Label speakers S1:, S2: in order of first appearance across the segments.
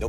S1: No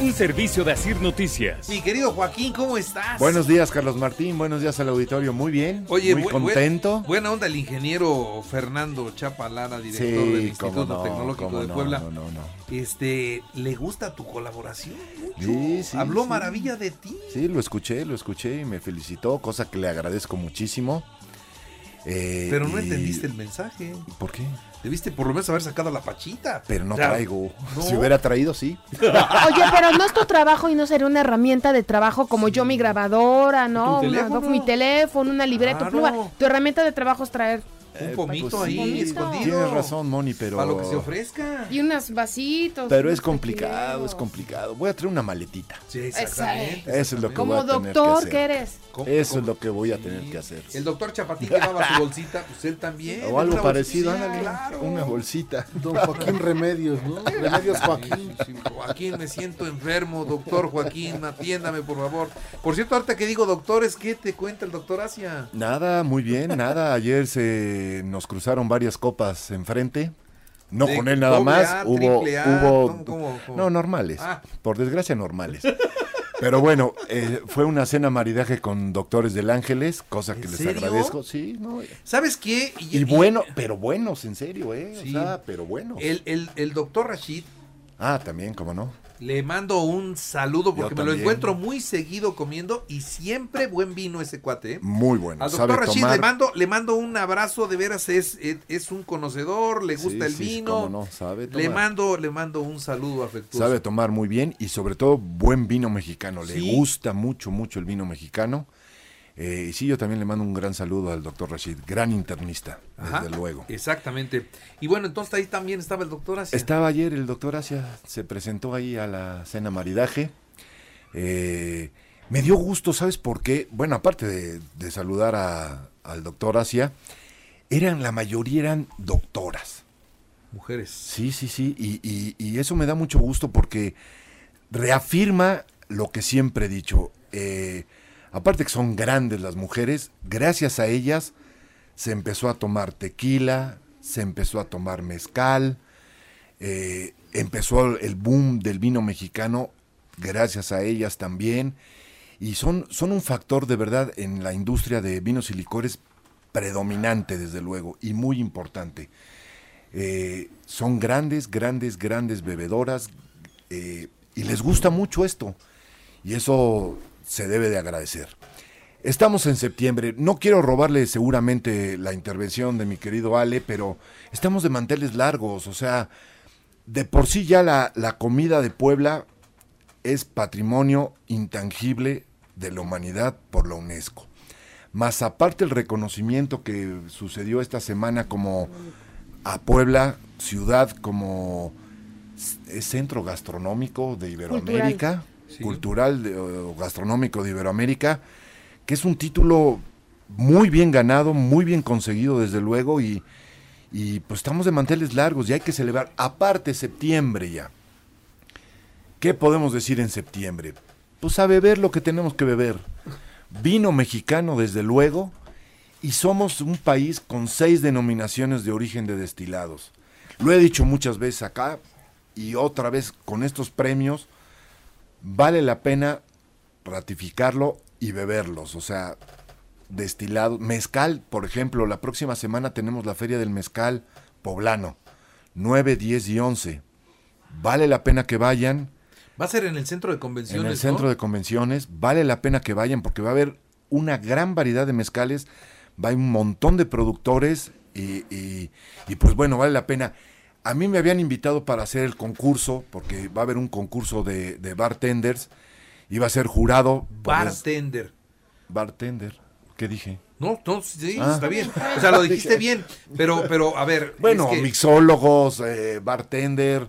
S2: Un servicio de Asir Noticias.
S3: Mi querido Joaquín, ¿cómo estás?
S4: Buenos días, Carlos Martín. Buenos días al auditorio. Muy bien.
S3: Oye,
S4: muy
S3: bu- bu-
S4: contento.
S3: buena onda el ingeniero Fernando Chapalara, director del
S4: cómo
S3: Instituto
S4: no,
S3: Tecnológico
S4: cómo
S3: de
S4: no,
S3: Puebla.
S4: No, no, no.
S3: Este, le gusta tu colaboración. mucho.
S4: Sí, sí,
S3: Habló
S4: sí.
S3: maravilla de ti.
S4: Sí, lo escuché, lo escuché y me felicitó, cosa que le agradezco muchísimo. Eh,
S3: Pero no
S4: y-
S3: entendiste el mensaje.
S4: ¿Por qué?
S3: Debiste por lo menos haber sacado la pachita.
S4: Pero no
S3: O sea,
S4: traigo.
S3: ¿no?
S4: Si hubiera traído, sí.
S5: Oye, pero no es tu trabajo y no sería una herramienta de trabajo como yo, mi grabadora, ¿no?
S3: Tu
S5: Una
S3: teléfono.
S5: doc- mi teléfono, una libreta, tu
S3: Claro.
S5: pluma. Tu herramienta de trabajo es traer.
S3: Un
S4: Eh,
S3: pomito
S4: pues
S3: ahí,
S4: sí,
S3: escondido.
S4: Tienes razón, Moni, pero.
S3: Para lo que se ofrezca.
S5: Y unos vasitos.
S4: Pero es
S5: unos
S4: complicado,
S5: tequileros.
S4: es complicado. Voy a traer una maletita.
S3: Sí, exactamente.
S4: Eso es lo que voy
S5: Como
S4: a tener
S5: doctor
S4: que
S5: que
S4: hacer.
S5: eres.
S3: ¿Cómo-
S4: Eso
S3: cómo-
S4: es lo que voy a
S3: Sí.
S4: tener que hacer.
S3: El doctor Chapatín llevaba su bolsita, pues él también.
S4: O algo
S3: una
S4: parecido,
S3: bolsita,
S4: ándale,
S3: claro.
S4: Una bolsita.
S6: Don Joaquín Remedios, ¿no? Remedios Joaquín.
S3: Sí, Joaquín, me siento enfermo, doctor Joaquín, atiéndame por favor. Por cierto, ahorita que digo doctor, es que te cuenta el doctor Asia.
S4: Nada, muy bien, nada. Ayer se nos cruzaron varias copas enfrente. No
S3: De
S4: con él nada
S3: doble
S4: más.
S3: A,
S4: hubo,
S3: triple A,
S4: hubo.
S3: ¿cómo, cómo, cómo?
S4: No, normales.
S3: Ah.
S4: Por desgracia, normales. Pero bueno, eh, fue una cena maridaje con doctores del Ángeles, cosa que
S3: ¿En
S4: les
S3: serio?
S4: agradezco. Sí, no. Y,
S3: ¿Sabes qué?
S4: bueno, pero buenos, en serio, ¿eh?
S3: Sí.
S4: O sea, pero buenos.
S3: El, el- el doctor Rashid,
S4: Ah, también, cómo no.
S3: le mando un saludo porque me lo
S4: también.
S3: encuentro muy seguido comiendo y siempre buen vino ese cuate. ¿eh?
S4: Muy bueno.
S3: Al
S4: sabe
S3: doctor Rashid
S4: tomar.
S3: le mando, le mando un abrazo, de veras es, es, es un conocedor, le
S4: Sí,
S3: gusta el
S4: sí, sí,
S3: vino.
S4: cómo no, sabe
S3: le
S4: tomar.
S3: mando, le mando un saludo afectuoso.
S4: Sabe tomar muy bien y sobre todo buen vino mexicano. Le
S3: Sí.
S4: gusta mucho, mucho el vino mexicano. Eh, y sí, yo también le mando un gran saludo al doctor Rashid, gran internista,
S3: Ajá,
S4: desde luego.
S3: Exactamente. Y bueno, entonces ahí también estaba el doctor Asia.
S4: Estaba ayer el doctor Asia, se presentó ahí a la cena maridaje. Eh, me dio gusto, ¿sabes por qué? Bueno, aparte de, de saludar a- al doctor Asia, eran, la mayoría eran doctoras.
S3: Mujeres.
S4: Sí, sí, sí. Y, y- y eso me da mucho gusto porque reafirma lo que siempre he dicho. Eh, aparte que son grandes las mujeres, gracias a ellas se empezó a tomar tequila, se empezó a tomar mezcal, eh, empezó el boom del vino mexicano, gracias a ellas también. Y son, son un factor de verdad en la industria de vinos y licores predominante, desde luego, y muy importante. Eh, son grandes, grandes, grandes bebedoras eh, y les gusta mucho esto. Y eso se debe de agradecer. Estamos en septiembre. No quiero robarle seguramente la intervención de mi querido Ale, pero estamos de manteles largos. O sea, de por sí ya la, la comida de Puebla es patrimonio intangible de la humanidad por la UNESCO. Más aparte el reconocimiento que sucedió esta semana como a Puebla, ciudad como s- es centro gastronómico de Iberoamérica,
S3: Sí.
S4: cultural, de- o gastronómico de Iberoamérica, que es un título muy bien ganado, muy bien conseguido desde luego y, y pues estamos de manteles largos y hay que celebrar, aparte septiembre ya. ¿Qué podemos decir en septiembre? Pues a beber lo que tenemos que beber. Vino mexicano, desde luego, y somos un país con seis denominaciones de origen de destilados. Lo he dicho muchas veces acá y otra vez con estos premios, vale la pena ratificarlo y beberlos. O sea, destilados. Mezcal, por ejemplo, la próxima semana tenemos la Feria del Mezcal Poblano, 9, 10 y 11. Vale la pena que vayan
S3: Va a ser en el centro de
S4: en
S3: convenciones.
S4: el centro
S3: ¿no?
S4: de convenciones. Vale la pena que vayan porque va a haber una gran variedad de mezcales, va a haber un montón de productores y, y- y, pues bueno, vale la pena. A mí me habían invitado para hacer el concurso, porque va a haber un concurso de, de bartenders. Iba a ser jurado. por des-
S3: Bartender.
S4: bartender. ¿Qué dije?
S3: No, no, sí,
S4: Ah.
S3: está bien. O sea, lo dijiste bien, pero, pero, a ver.
S4: Bueno,
S3: es que-
S4: mixólogos, eh, bartender.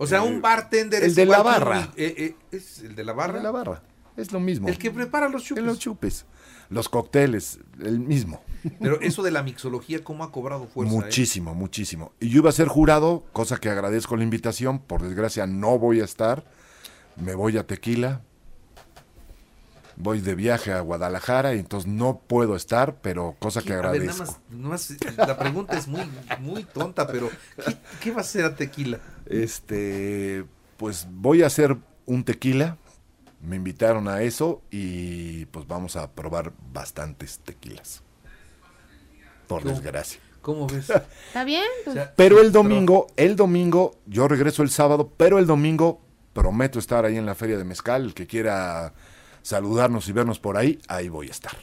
S3: O sea, un bartender
S4: el
S3: es
S4: de la
S3: igual que un-
S4: barra.
S3: eh, eh, es el de la barra.
S4: de La barra. Es lo mismo.
S3: El que prepara los
S4: Que
S3: chupes.
S4: los chupes. Los cócteles, el mismo.
S3: Pero eso de la mixología, ¿cómo ha cobrado fuerza? eh?
S4: muchísimo, muchísimo. Y yo iba a ser jurado, cosa que agradezco la invitación. Por desgracia no voy a estar. Me voy a Tequila. Voy de viaje a Guadalajara y entonces no puedo estar, pero cosa que
S3: ¿Qué- a ver, nada
S4: agradezco.
S3: más, nada más, la pregunta es muy, muy tonta, pero ¿qué, qué va a ser a tequila?
S4: Este, pues voy a hacer un tequila. Me invitaron a eso y pues vamos a probar bastantes tequilas. Por
S3: No.
S4: desgracia.
S3: ¿Cómo ves?
S5: ¿Está bien?
S3: O sea,
S4: Pero el domingo, el domingo, yo regreso el sábado, pero el domingo prometo estar ahí en la Feria de Mezcal. El que quiera saludarnos y vernos por ahí, ahí voy a estar.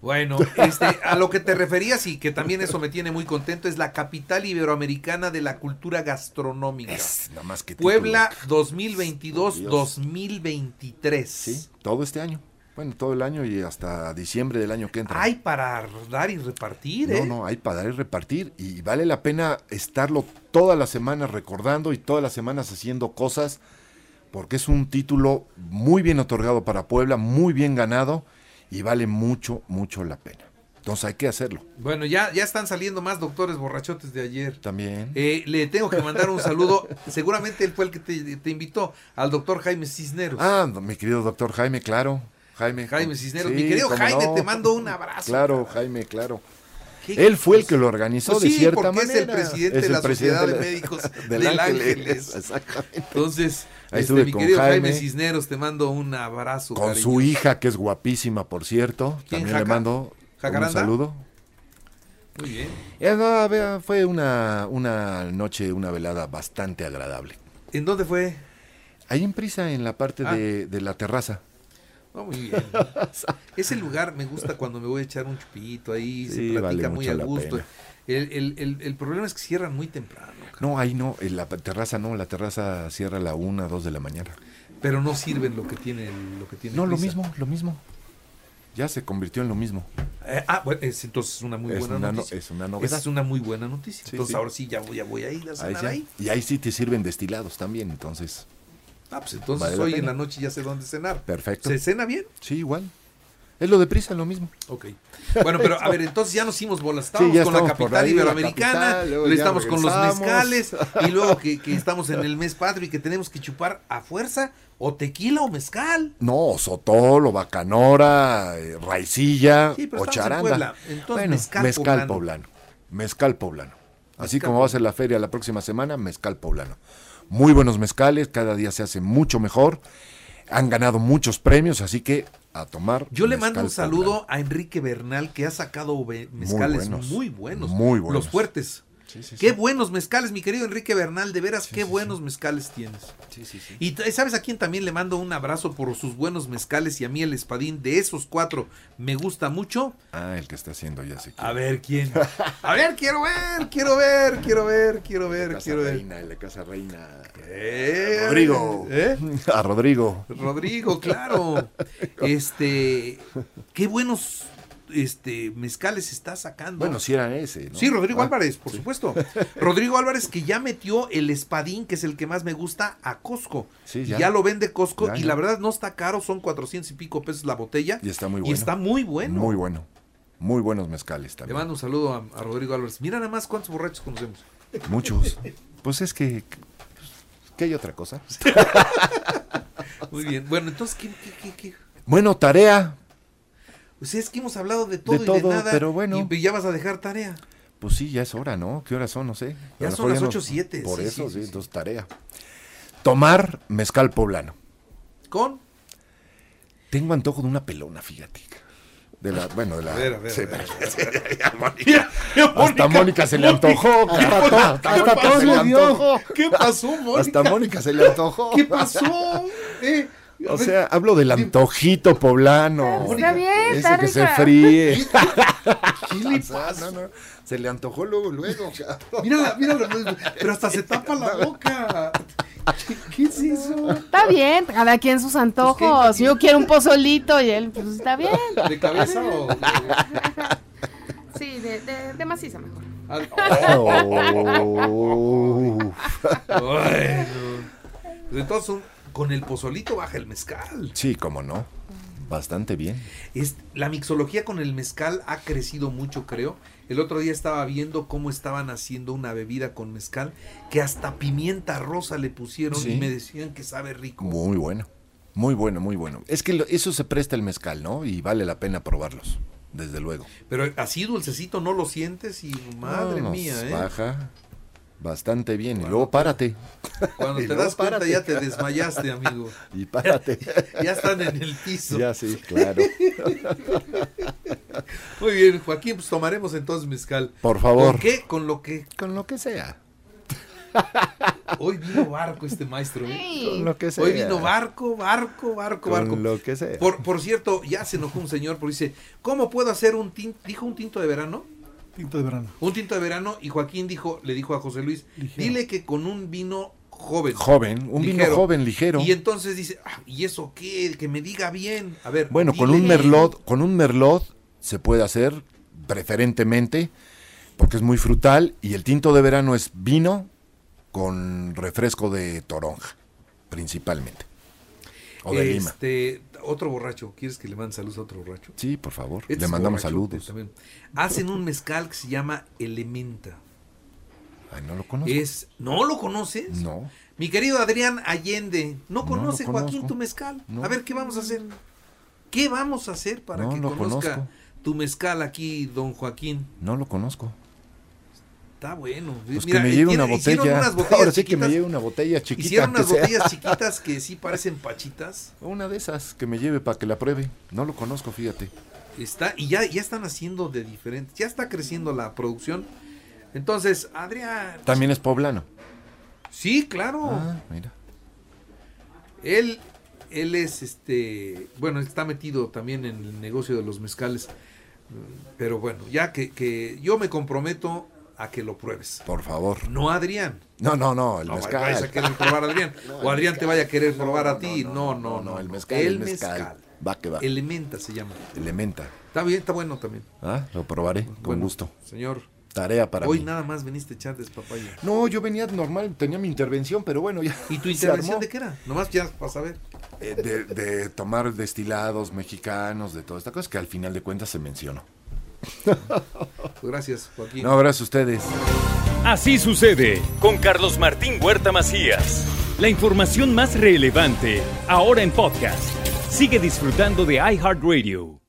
S3: Bueno, este, a lo que te referías y que también eso me tiene muy contento es la capital iberoamericana de la cultura gastronómica.
S4: Es nada más que título.
S3: Puebla 2022-2023.
S4: Sí, todo este año. Bueno, todo el año y hasta diciembre del año que entra.
S3: Hay para dar y repartir, ¿eh?
S4: No, no, hay para dar y repartir y vale la pena estarlo todas las semanas recordando y todas las semanas haciendo cosas porque es un título muy bien otorgado para Puebla, muy bien ganado y vale mucho, mucho la pena. Entonces hay que hacerlo
S3: Bueno, ya, ya están saliendo más doctores borrachotes de ayer.
S4: también.
S3: Eh, le tengo que mandar un saludo. Seguramente él fue el que te, te invitó, al doctor Jaime Cisneros.
S4: Ah, no, mi querido doctor Jaime, claro. Jaime,
S3: Jaime Cisneros.
S4: Sí,
S3: Mi querido
S4: cómo
S3: Jaime,
S4: no.
S3: te mando un abrazo.
S4: Claro, Jaime, claro.
S3: ¿Qué-
S4: Él fue el que lo organizó
S3: Pues
S4: de
S3: sí,
S4: cierta
S3: porque
S4: manera.
S3: es el presidente
S4: Es
S3: de
S4: el
S3: la
S4: presidente
S3: Sociedad de
S4: la-
S3: Médicos
S4: del
S3: del
S4: Ángeles.
S3: Ángeles.
S4: Exactamente.
S3: Entonces, este,
S4: Ahí estuve
S3: mi
S4: con
S3: querido Jaime.
S4: Jaime.
S3: Cisneros, te mando un abrazo.
S4: Con
S3: cariño.
S4: su hija, que es guapísima, por cierto.
S3: ¿Quién,
S4: También
S3: Jaca?
S4: le mando un
S3: ¿Jacaranda?
S4: saludo.
S3: Muy bien.
S4: Eh, no, a ver, Fue una, una noche, una velada bastante agradable.
S3: ¿En dónde fue?
S4: Ahí en Prisa, en la parte
S3: Ah.
S4: de, de la terraza.
S3: No, muy bien. Ese lugar me gusta cuando me voy a echar un chupito ahí, se
S4: Sí,
S3: platica
S4: vale
S3: muy
S4: mucho
S3: a
S4: la
S3: gusto.
S4: pena.
S3: El, el- el- el problema es que cierran muy temprano, ca-
S4: No, ahí no, en la terraza no, la terraza cierra a la una, dos de la mañana.
S3: pero no sirven lo que tiene el- lo que tiene
S4: No, lo
S3: Prisa.
S4: mismo, lo mismo. Ya se convirtió en lo mismo.
S3: Eh, ah, bueno, es, entonces es una muy
S4: Es
S3: buena
S4: una no-
S3: noticia.
S4: es una novedad.
S3: Esa es una muy buena noticia.
S4: Sí,
S3: entonces
S4: sí.
S3: ahora sí ya voy, ya voy a ir a
S4: Ahí
S3: cenar
S4: ya.
S3: ahí.
S4: Y ahí sí te sirven destilados también, entonces.
S3: Ah, pues entonces
S4: Vale la
S3: hoy en
S4: pena.
S3: la noche ya sé dónde cenar.
S4: Perfecto.
S3: ¿Se cena bien?
S4: Sí, igual. Es lo de Prisa, lo mismo.
S3: Ok. Bueno, pero a ver, entonces ya nos hicimos bolas.
S4: Sí, ya
S3: Estábamos con la
S4: estamos por
S3: capital
S4: ahí, la
S3: iberoamericana,
S4: capital, luego
S3: luego
S4: ya
S3: estamos con los
S4: regresamos.
S3: mezcales, y luego que, que estamos en el mes patrio y que tenemos que chupar a fuerza o tequila o mezcal.
S4: No, Sotol, o Bacanora, eh, Raicilla,
S3: Sí, pero
S4: o
S3: estamos en
S4: Charanda.
S3: Puebla, entonces mezcal poblano.
S4: poblano. Mezcal poblano. Así
S3: Mezcal
S4: como va a ser la feria la próxima semana, mezcal poblano. Muy buenos mezcales, cada día se hace mucho mejor. Han ganado muchos premios, así que a tomar.
S3: Yo le
S4: mezcal
S3: mando un
S4: poblano.
S3: saludo a Enrique Bernal que ha sacado ve- mezcales muy buenos.
S4: buenos.
S3: Muy
S4: Muy buenos.
S3: Los fuertes. qué buenos mezcales, mi querido Enrique Bernal, de veras, qué buenos mezcales tienes. Y t- sabes a quién también le mando un abrazo por sus buenos mezcales y a mí el espadín de esos cuatro me gusta mucho.
S4: Ah, el que está haciendo ya sé que.
S3: A ver quién. A ver, quiero ver, quiero ver, quiero ver, quiero ver,
S4: La Casa
S3: quiero ver.
S4: Reina, en la Casa Reina.
S3: Eh,
S4: Rodrigo.
S3: ¿eh?
S4: A Rodrigo.
S3: Rodrigo, claro. Este, qué buenos este mezcales está sacando.
S4: Bueno, si era ese. ¿no?
S3: Sí, Rodrigo
S4: Ah,
S3: Álvarez, por supuesto. Rodrigo Álvarez que ya metió el espadín, que es el que más me gusta, a Costco.
S4: Sí,
S3: Y ya.
S4: ya.
S3: lo vende Costco
S4: Ya,
S3: y
S4: ya.
S3: la verdad no está caro, son 400 y pico pesos la botella.
S4: Y está muy bueno.
S3: Y está muy bueno.
S4: Muy bueno. Muy buenos mezcales
S3: Le
S4: también.
S3: mando un saludo a, a Rodrigo Álvarez. Mira nada más cuántos borrachos conocemos.
S4: Muchos. Pues es que. ¿Qué hay otra cosa?
S3: Muy bien. Bueno, entonces, ¿qué, qué, qué, qué?
S4: Bueno, tarea.
S3: O sea, es que hemos hablado de todo, y de
S4: todo,
S3: nada.
S4: pero bueno.
S3: Y ya vas a dejar tarea.
S4: Pues sí, ya es hora, ¿no? ¿Qué horas son? No sé.
S3: Ya
S4: A lo
S3: son
S4: mejor
S3: las
S4: no-
S3: ocho, siete,
S4: Por
S3: sí,
S4: eso,
S3: sí,
S4: sí,
S3: sí,
S4: entonces tarea. Tomar mezcal poblano.
S3: Con.
S4: Tengo antojo de una pelona, fíjate. De la, bueno, de la.
S3: A ver, a ver,
S4: sí,
S3: a ver, a ver.
S4: ya, Mónica. Hasta Mónica se le antojó.
S6: Hasta, to-
S4: Hasta,
S6: hasta
S4: Mónica
S6: todos
S4: se le
S6: le
S4: antojó.
S6: dio.
S3: ¿Qué pasó, Mónica?
S4: Hasta Mónica se le antojó.
S3: ¿Qué pasó? Eh,
S4: O sea, hablo del antojito poblano.
S5: Está bien,
S4: Ese
S5: está
S4: que se
S5: rica.
S4: fríe.
S3: ¿Qué le
S4: O sea,
S3: pasa?
S4: no, no, Se le antojó luego, luego. cabrón.
S3: Mírala, mírala, pero hasta se tapa la boca. ¿Qué, qué es eso?
S5: Está bien, cada quien sus antojos.
S3: Pues, ¿qué?
S5: Yo quiero un pozolito y él, pues está bien.
S3: ¿De cabeza o.? de-
S5: Sí, de, de, de maciza mejor.
S3: Ah,
S4: Oh.
S3: no. Ay, no. Pues Entonces, un- con el pozolito baja el mezcal.
S4: Sí, cómo no. Bastante bien.
S3: Es, la mixología con el mezcal ha crecido mucho, creo. El otro día estaba viendo cómo estaban haciendo una bebida con mezcal que hasta pimienta rosa le pusieron
S4: Sí.
S3: y me decían que sabe rico.
S4: Muy bueno. Muy bueno, muy bueno. Es que lo- eso se presta el mezcal, ¿no? Y vale la pena probarlos, desde luego.
S3: Pero así dulcecito no lo sientes y madre
S4: No, nos
S3: mía, ¿eh?
S4: Baja bastante bien. Y luego párate.
S3: Cuando
S4: Y
S3: te
S4: luego
S3: das cuenta
S4: párate.
S3: ya te desmayaste, amigo.
S4: Y párate.
S3: Ya están en el piso.
S4: ya sí, claro.
S3: Muy bien, Joaquín, pues tomaremos entonces mezcal.
S4: Por favor.
S3: ¿Con qué? Con lo que
S4: Con lo que sea.
S3: hoy vino barco este maestro. ¿eh?
S4: Con lo que sea.
S3: Hoy vino barco, barco, barco,
S4: Con
S3: barco.
S4: lo que sea.
S3: Por, por cierto, ya se enojó un señor porque dice, ¿cómo puedo hacer un tinto? Dijo un tinto de verano.
S7: Tinto de verano.
S3: Un tinto de verano y Joaquín dijo, le dijo a José Luis,
S7: Ligero.
S3: dile que con un vino joven.
S4: Joven, un vino
S3: Ligero.
S4: joven, ligero.
S3: Y entonces dice, "Ah, ¿y eso qué? Que me diga bien. A ver.
S4: Bueno, con
S3: dile
S4: un
S3: que-
S4: merlot, con un merlot se puede hacer preferentemente porque es muy frutal y el tinto de verano es vino con refresco de toronja principalmente o de lima.
S3: Este, otro borracho. ¿Quieres que le mande saludos a otro borracho?
S4: Sí, por favor,
S3: Este
S4: le
S3: es
S4: mandamos
S3: borracho,
S4: saludos.
S3: también. Hacen un mezcal que se llama Elementa.
S4: Ay, no lo conozco.
S3: Es, ¿no lo conoces?
S4: No.
S3: Mi querido Adrián Allende, no
S4: No
S3: conoce
S4: lo
S3: Joaquín
S4: conozco.
S3: tu mezcal.
S4: No.
S3: A ver, ¿qué vamos a hacer? ¿Qué vamos a hacer para
S4: No
S3: que
S4: lo
S3: conozca
S4: conozco.
S3: tu mezcal aquí, don Joaquín?
S4: No lo conozco.
S3: Está bueno.
S4: Pues
S3: Mira,
S4: que me lleve
S3: tiene-
S4: una
S3: hicieron
S4: botella.
S3: unas botellas
S4: Ahora sí que me
S3: chiquitas-
S4: lleve una botella chiquita.
S3: Hicieron unas
S4: aunque sea.
S3: botellas chiquitas que sí parecen pachitas.
S4: Una de esas que me lleve para que la pruebe. No lo conozco, fíjate.
S3: Está, y ya, ya están haciendo de diferentes. Ya está creciendo la producción. Entonces, Adrián.
S4: También es poblano.
S3: Sí, claro.
S4: Ah, mira.
S3: Él, él es este, bueno, está metido también en el negocio de los mezcales. Pero bueno, ya que, que yo me comprometo a que lo pruebes.
S4: Por favor.
S3: No a Adrián.
S4: No, no, no, el
S3: No
S4: mezcal.
S3: vayas a querer probar a Adrián. o Adrián te vaya a querer probar a ti. No, no, no.
S4: el mezcal,
S3: El
S4: el mezcal. Va que va.
S3: Elementa se llama.
S4: Elementa.
S3: Está bien, está bueno también.
S4: Ah, lo probaré con
S3: Bueno,
S4: gusto.
S3: Señor,
S4: Tarea para
S3: hoy
S4: mí.
S3: nada más viniste a echar despapaya.
S4: No, yo venía normal, tenía mi intervención, pero bueno, ya.
S3: ¿Y tu
S4: se
S3: intervención
S4: armó.
S3: de qué era? Nomás ya para saber.
S4: Eh, de, de tomar destilados mexicanos, de toda esta cosa que al final de cuentas se mencionó.
S3: Pues Gracias, Joaquín.
S4: No, gracias a ustedes.
S2: Así sucede con Carlos Martín Huerta Macías. La información más relevante ahora en podcast. Sigue disfrutando de iHeartRadio.